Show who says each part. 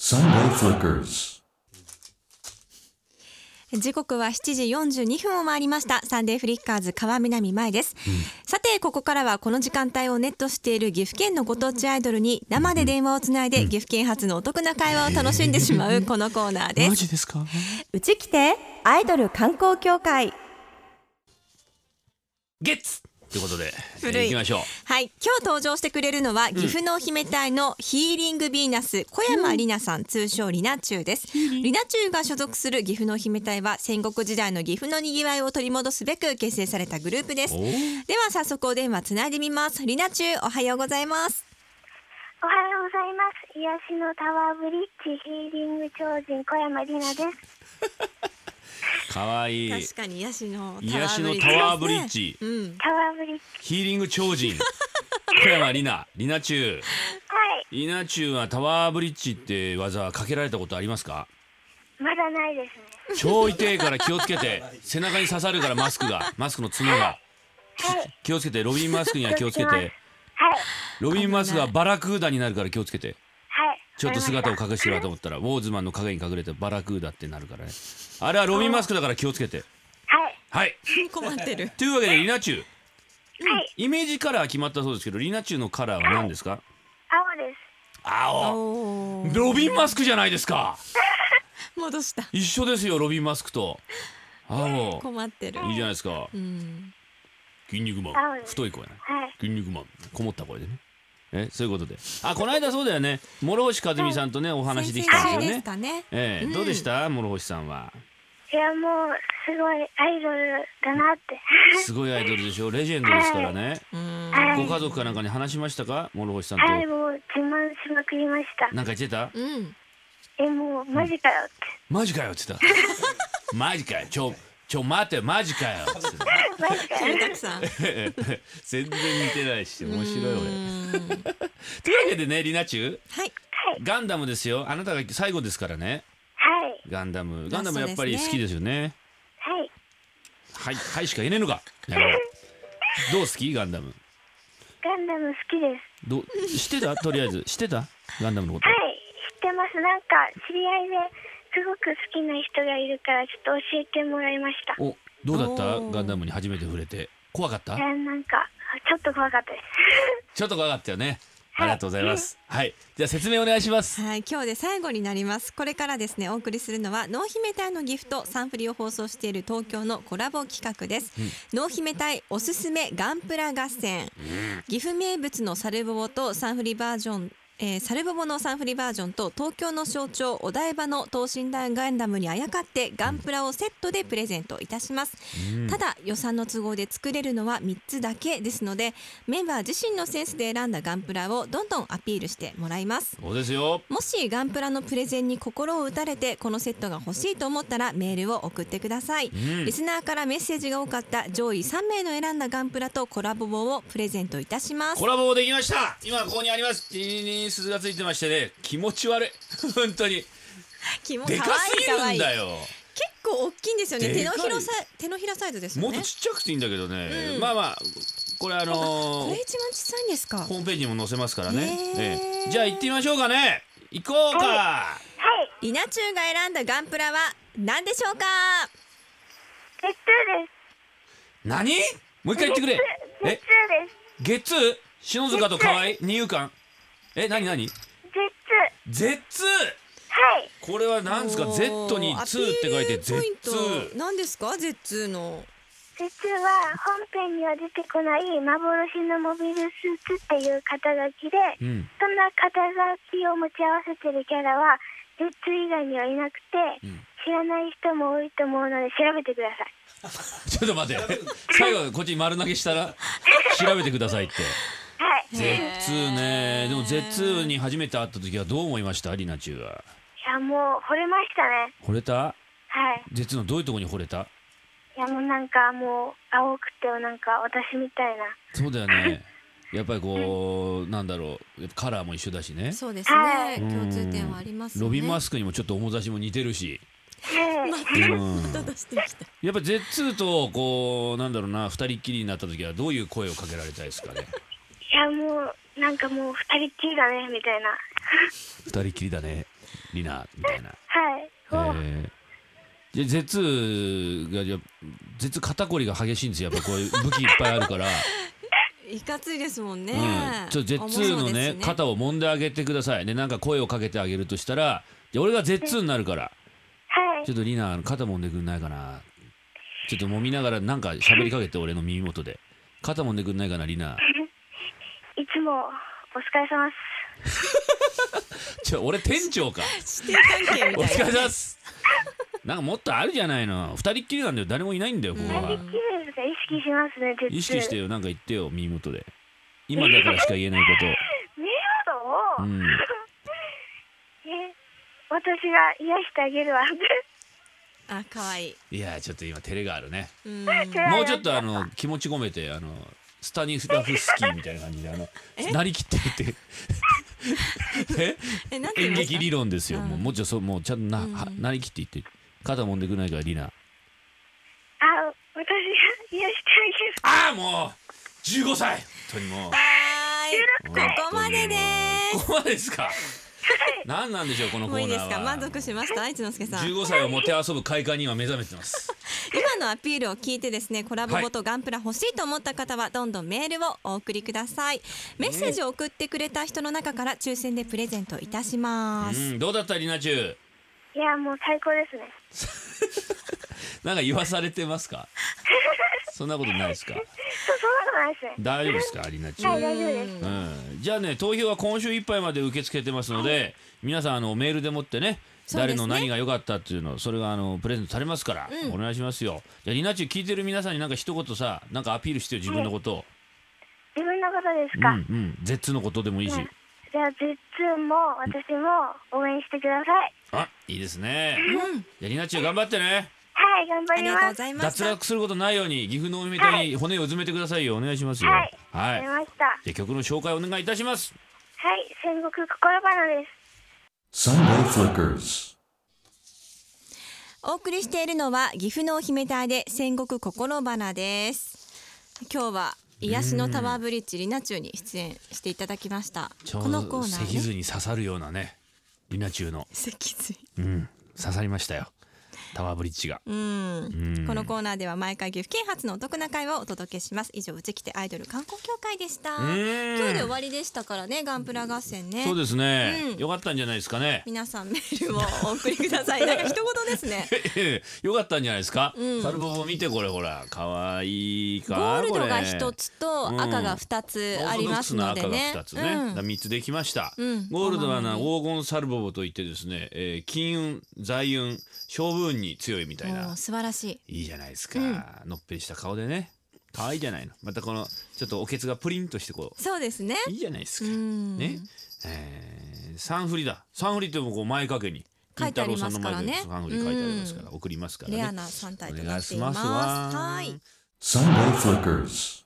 Speaker 1: Sunday Flickers.
Speaker 2: 時刻は7時42分を回りましたサンデーフリッカーズ川南前です、さてここからはこの時間帯をネットしている岐阜県のご当地アイドルに生で電話をつないで岐阜県発のお得な会話を楽しんでしまうこのコーナーです
Speaker 3: マジですか
Speaker 4: うち来てアイドル観光協会
Speaker 3: ゲッツということで、え
Speaker 2: 古い
Speaker 3: ー、いきましょう。
Speaker 2: はい、今日登場してくれるのは岐阜のお姫隊のヒーリングヴィーナス小山里奈さん、通称リナチュウです。リナチュウが所属する岐阜のお姫隊は戦国時代の岐阜のにぎわいを取り戻すべく結成されたグループです。
Speaker 3: お
Speaker 2: で
Speaker 3: ー
Speaker 2: は早速お電話つないでみます。リナチュウおはようございます。
Speaker 5: おはようございます。癒しのタワーブリッジヒーリング超人小山里奈です。
Speaker 3: かわいい。
Speaker 2: 確かに癒しのタ
Speaker 3: 癒
Speaker 2: ワ
Speaker 3: し
Speaker 2: ーブ
Speaker 3: の
Speaker 2: リッジ、
Speaker 3: タワーブリッ。ジ、
Speaker 2: うん、
Speaker 5: タワーブリッジ。
Speaker 3: ヒーリング超人。小山里奈、里奈中。
Speaker 5: はい。
Speaker 3: 里奈中はタワーブリッジって技かけられたことありますか
Speaker 5: まだないですね。
Speaker 3: 超痛いから気をつけて。背中に刺さるからマスクが、マスクの角が。
Speaker 5: はい。
Speaker 3: 気をつけて、ロビンマスクには気をつけ
Speaker 5: はい
Speaker 3: て。
Speaker 5: はい。
Speaker 3: ロビンマスクはバラクーダになるから気をつけて。
Speaker 5: はい。
Speaker 3: ちょっと姿を隠してるかと思ったら、ウォーズマンの影に隠れてバラクーダってなるからね。あれはロビンマスクだから気をつけて。
Speaker 5: はい。
Speaker 3: はい。
Speaker 2: 困って る。
Speaker 3: というわけで、リナチュウ。
Speaker 5: はい。
Speaker 3: イメージカラー決まったそうですけど、リナチュウのカラーは何ですか
Speaker 5: 青です。
Speaker 3: 青。
Speaker 2: おー
Speaker 3: ロビンマスクじゃないですか。
Speaker 2: 戻した。
Speaker 3: 一緒ですよ、ロビンマスクと。青。
Speaker 2: 困ってる。
Speaker 3: いいじゃないですか
Speaker 2: う。ん、
Speaker 3: 筋肉マン
Speaker 5: 青。です
Speaker 3: 太い声ね。
Speaker 5: はい。
Speaker 3: 筋肉マン。こもった声でね。え、そういうことで。あ、この間そうだよね。諸星和美さんとね、お話できたん
Speaker 2: 先々
Speaker 3: です
Speaker 2: 週
Speaker 3: よ
Speaker 2: で
Speaker 3: ね
Speaker 2: し。たね。
Speaker 3: え
Speaker 2: うん
Speaker 3: え、どうでした諸星さんは。
Speaker 5: いや、もう、すごいアイドルだなって。
Speaker 3: すごいアイドルでしょ。レジェンドですからね。
Speaker 2: うん
Speaker 5: はい。
Speaker 3: ご家族かなんかに話しましたか諸星さんと。
Speaker 5: はい、もう自慢しまくりました。
Speaker 3: なんか言ってた
Speaker 2: うん、
Speaker 5: え、もう、マジかよって。
Speaker 3: マジかよって言ってた。 マジかよ。ちょ、ちょ、待て、マジかよ。って言ってた
Speaker 5: マジか
Speaker 2: そ
Speaker 5: よ。
Speaker 2: れたくさん。
Speaker 3: 全然似てないし面白い 俺。というわ
Speaker 2: うん
Speaker 3: けでねリナチュウ
Speaker 2: はい。
Speaker 3: ガンダムですよあなたが最後ですからね
Speaker 5: はい。
Speaker 3: ガンダムガンダムやっぱり好きですよね
Speaker 5: はい。
Speaker 3: はいはいしか言えねえの かやろうどう好きガンダム
Speaker 5: ガンダム好きです。
Speaker 3: どうしてたとりあえずしてたガンダムのこ
Speaker 5: はい。知ってます。なんか、知り合いですごく好きな人がいるから、ちょっと教えてもらいました。
Speaker 3: とおどうだった
Speaker 2: おー
Speaker 3: ガンダムに初めて触れて怖かった
Speaker 5: えーなんかちょっと怖かったです。
Speaker 3: ちょっと怖かったよねありがとうございますはいじゃあ説明お願いします
Speaker 2: はい、今日で最後になります。これからですね、お送りするのは、濃姫隊のギフトサンプリを放送している東京のコラボ企画です。濃姫隊おすすめガンプラ合戦。岐阜名物のサルボボとサンフリバージョン。えーサルボボのサンフリバージョンと東京の象徴お台場の等身大ガンダムにあやかってガンプラをセットでプレゼントいたします、ただ予算の都合で作れるのは3つだけですのでメンバー自身のセンスで選んだガンプラをどんどんアピールしてもらいます
Speaker 3: そうですよ
Speaker 2: もしガンプラのプレゼンに心を打たれてこのセットが欲しいと思ったらメールを送ってください、
Speaker 3: ん
Speaker 2: リスナーからメッセージが多かった上位3名の選んだガンプラとコラボ棒をプレゼントいたします
Speaker 3: コラボもできました今ここにありますティーニー鈴がついてましてね気持ち悪い 本当に
Speaker 2: キモ
Speaker 3: でかすぎるん
Speaker 2: 可愛
Speaker 3: だ
Speaker 2: い
Speaker 3: よ
Speaker 2: 結構大きいんですよね手
Speaker 3: で
Speaker 2: の
Speaker 3: かい
Speaker 2: 広さ手のひらサイズです
Speaker 3: も
Speaker 2: よ
Speaker 3: っと
Speaker 2: ね
Speaker 3: ちっちゃくていいんだけどね、
Speaker 2: うん
Speaker 3: まあまあこれあ
Speaker 2: こ
Speaker 3: のー
Speaker 2: れ一番小さいんですか
Speaker 3: ホームページにも載せますからね、
Speaker 2: へ
Speaker 3: え
Speaker 2: ー
Speaker 3: えじゃあ行ってみましょうかね行こうか、
Speaker 5: はい、
Speaker 2: リナチュウが選んだガンプラは何でしょうか
Speaker 5: 月通です。
Speaker 3: 何もう一回言ってくれえ
Speaker 5: 月通です。
Speaker 3: ゲッツー篠塚と河合二遊間え何何
Speaker 5: 月通。
Speaker 3: ゼッツー
Speaker 5: はい。
Speaker 3: これは何ですか
Speaker 2: おー
Speaker 3: Z に2って書いて
Speaker 2: アピ
Speaker 3: ゼ
Speaker 2: ール
Speaker 3: ッ
Speaker 2: ポイン
Speaker 3: ツ
Speaker 2: ト
Speaker 3: ー
Speaker 2: 何ですか Z の
Speaker 5: 月通は本編には出てこない幻のモビルスーツっていう肩書きで、
Speaker 3: うん
Speaker 5: そんな肩書きを持ち合わせてるキャラは月通以外にはいなくて、
Speaker 3: うん
Speaker 5: 知らない人も多いと思うので調べてください。
Speaker 3: ちょっと待って最後こっちに丸投げしたら調べてくださいって
Speaker 5: はい。い
Speaker 3: Z2 ねでも Z2 に初めて会った時はどう思いましたリナチュウは
Speaker 5: や、もう惚れましたね。
Speaker 3: 惚れた
Speaker 5: はい。
Speaker 3: 絶のどういうところに惚れた
Speaker 5: いや、もうなんかもう青くて、なんか私みたいな。
Speaker 3: そうだよねやっぱりこうなんだろうやっぱカラーも一緒だしね
Speaker 2: そうですね共通点はありますよね
Speaker 3: ロビ ンマスクにもちょっと面差しも似てるし
Speaker 5: はい。
Speaker 2: ま
Speaker 3: う
Speaker 2: たま
Speaker 3: ん
Speaker 2: た出してきた
Speaker 3: やっぱ Z2 とこうなんだろうな二人っきりになった時はどういう声をかけられたいですかね
Speaker 5: いやもうなんかもう二人っきりだねみたいな
Speaker 3: 二人っきりだねリナみたいな。
Speaker 5: はい。お
Speaker 3: えー、で絶がじゃ絶肩こりが激しいんですよやっぱこういう武器いっぱいあ るから、
Speaker 2: いかついですもんね。
Speaker 3: うん、ちょ絶
Speaker 2: 重そ
Speaker 3: の
Speaker 2: う
Speaker 3: ね
Speaker 2: です
Speaker 3: 肩を揉んであげてくださいねなんか声をかけてあげるとしたらじゃ俺が絶になるから
Speaker 5: はい
Speaker 3: ちょ。っとリナ肩揉んでくんないかなちょっと揉みながらなんか喋りかけて俺の耳元で肩揉んでくんないかなリナ
Speaker 5: いつもお疲れ様です。
Speaker 3: ちょ俺店長か
Speaker 2: 師弟関 係み
Speaker 3: お
Speaker 2: たい
Speaker 3: 疲
Speaker 2: な。
Speaker 3: れ様ですなんかもっとあるじゃないの二人っきりなんだよ誰もいないんだよここは。
Speaker 5: 綺麗ですか意識しますね、絶
Speaker 3: 意識して よなんか言ってよ耳元で今だからしか言えないこ
Speaker 5: 見
Speaker 3: と、う
Speaker 5: 事
Speaker 3: ん、
Speaker 5: え、私が癒してあげるわ。
Speaker 2: あ、可愛い
Speaker 3: いやちょっと今照れがあるね
Speaker 2: うん。
Speaker 3: もうちょっとあの気持ち込めてあのスタニスラフスキーみたいな感じであのなりきってるって
Speaker 2: え、なん
Speaker 3: え
Speaker 2: て言い
Speaker 3: 演
Speaker 2: まし
Speaker 3: 劇
Speaker 2: た
Speaker 3: 理論ですよ、
Speaker 2: うん
Speaker 3: もうもうちょっとそうもうちゃんとな,、はなりきって言って肩揉んでくれないからリナ
Speaker 5: あ、私が癒してあげる。
Speaker 3: ああもう15歳本当にもう
Speaker 2: はーい。ここまでで
Speaker 3: ここまでですか何なんでしょうこの
Speaker 2: す。
Speaker 3: コー
Speaker 2: もう
Speaker 3: ナー
Speaker 2: い
Speaker 3: はい
Speaker 2: ですか。満足しました。愛知の助さん。
Speaker 3: 15歳をもてあそぶ快感には目覚めてます
Speaker 2: 今のアピールを聞いてですねコラボごとガンプラ欲しいと思った方はどんどんメールをお送りくださいメッセージを送ってくれた人の中から抽選でプレゼントいたします、
Speaker 3: うん、どうだったリナチュウ
Speaker 5: いや、もう最高ですね。
Speaker 3: なんか言わされてますかそんなことないですか
Speaker 5: そ、そんなことないですね。
Speaker 3: 大丈夫ですかリナチ
Speaker 5: は
Speaker 3: ュ
Speaker 5: い、
Speaker 3: ウ
Speaker 5: 大丈夫です。
Speaker 3: うん、じゃあね投票は今週いっぱいまで受け付けてますので、皆さんあのメールでもってね
Speaker 2: そうですね
Speaker 3: 誰の何が良かったっていうのそれがあのプレゼントされますから、
Speaker 2: うん
Speaker 3: お願いしますよじゃあリナチュウ聞いてる皆さんになんか一言さなんかアピールしてよ自分のことを、
Speaker 5: 自分のことです
Speaker 3: うん
Speaker 5: か。
Speaker 3: うんゼッツのことでもいいし、
Speaker 5: うんじゃあ、絶も私も応援してください。
Speaker 3: あいいですね、
Speaker 2: うん
Speaker 3: じゃあリナチュウ頑張ってね
Speaker 5: はい、頑張
Speaker 2: あり
Speaker 5: り
Speaker 2: がとう
Speaker 5: ま
Speaker 2: ご
Speaker 5: す。
Speaker 2: ざいまし
Speaker 3: 脱
Speaker 2: た
Speaker 3: 落することないように岐阜の海たに骨を埋めてくださいよお願いしますよ
Speaker 5: はい
Speaker 3: は
Speaker 5: わか
Speaker 3: い
Speaker 5: りました。
Speaker 3: じゃあ曲の紹介お願いいたします
Speaker 5: はい、戦国心花です。
Speaker 1: Sunday Flickers.
Speaker 2: お送りしているのは岐阜の姫隊で戦国心花です今日は癒しのタワーブリッジリナチュウに出演していただきました
Speaker 3: ちょ
Speaker 2: こ
Speaker 3: う
Speaker 2: の
Speaker 3: ど
Speaker 2: コーナー
Speaker 3: 脊
Speaker 2: ね
Speaker 3: 髄に刺さるようなねリナ中の、
Speaker 2: 脊髄
Speaker 3: うん、刺さりましたよタワーブリッジが
Speaker 2: うん、このコーナーでは毎回岐阜県発のお得な会をお届けします以上うちきてアイドル観光協会でした
Speaker 3: う
Speaker 2: 今
Speaker 3: ん
Speaker 2: 日で終わりでしたからねガンプラ合戦ね
Speaker 3: そうですね、
Speaker 2: うん
Speaker 3: よかったんじゃないですかね
Speaker 2: 皆さんメールをお送りくださいなんか一言です ね
Speaker 3: よかったんじゃないですか、
Speaker 2: うん
Speaker 3: サルボボ見てこれほらかわいい
Speaker 2: ゴ
Speaker 3: か
Speaker 2: ール
Speaker 3: こ
Speaker 2: ド
Speaker 3: れ
Speaker 2: が一つと
Speaker 3: うん
Speaker 2: 赤が二つありますのでね
Speaker 3: オーソドックスな赤が2つね、だから3つできました、
Speaker 2: うん
Speaker 3: ゴールドはな黄金サルボボといってですね、えー金運財運勝負運に強いみた
Speaker 2: う
Speaker 3: い
Speaker 2: ん、も
Speaker 3: な
Speaker 2: う素晴らしい
Speaker 3: いいじゃないですか、のっぺりした顔でね可愛いじゃないのまたこのちょっとおけつがプリンとしてこ
Speaker 2: そうですね
Speaker 3: ういいじゃないですか、
Speaker 2: うん
Speaker 3: ねえー、サンフリだサンフリってもうこう前掛けに
Speaker 2: 書いてありますからね
Speaker 3: 金太郎さんの前掛けにサンフリ書いてありますから、送りますからね
Speaker 2: レアな三体と
Speaker 3: お
Speaker 2: な
Speaker 3: 願い
Speaker 2: って
Speaker 3: し
Speaker 2: い
Speaker 3: ま
Speaker 2: ますす
Speaker 3: わ
Speaker 2: はい
Speaker 1: Sunday Flickers.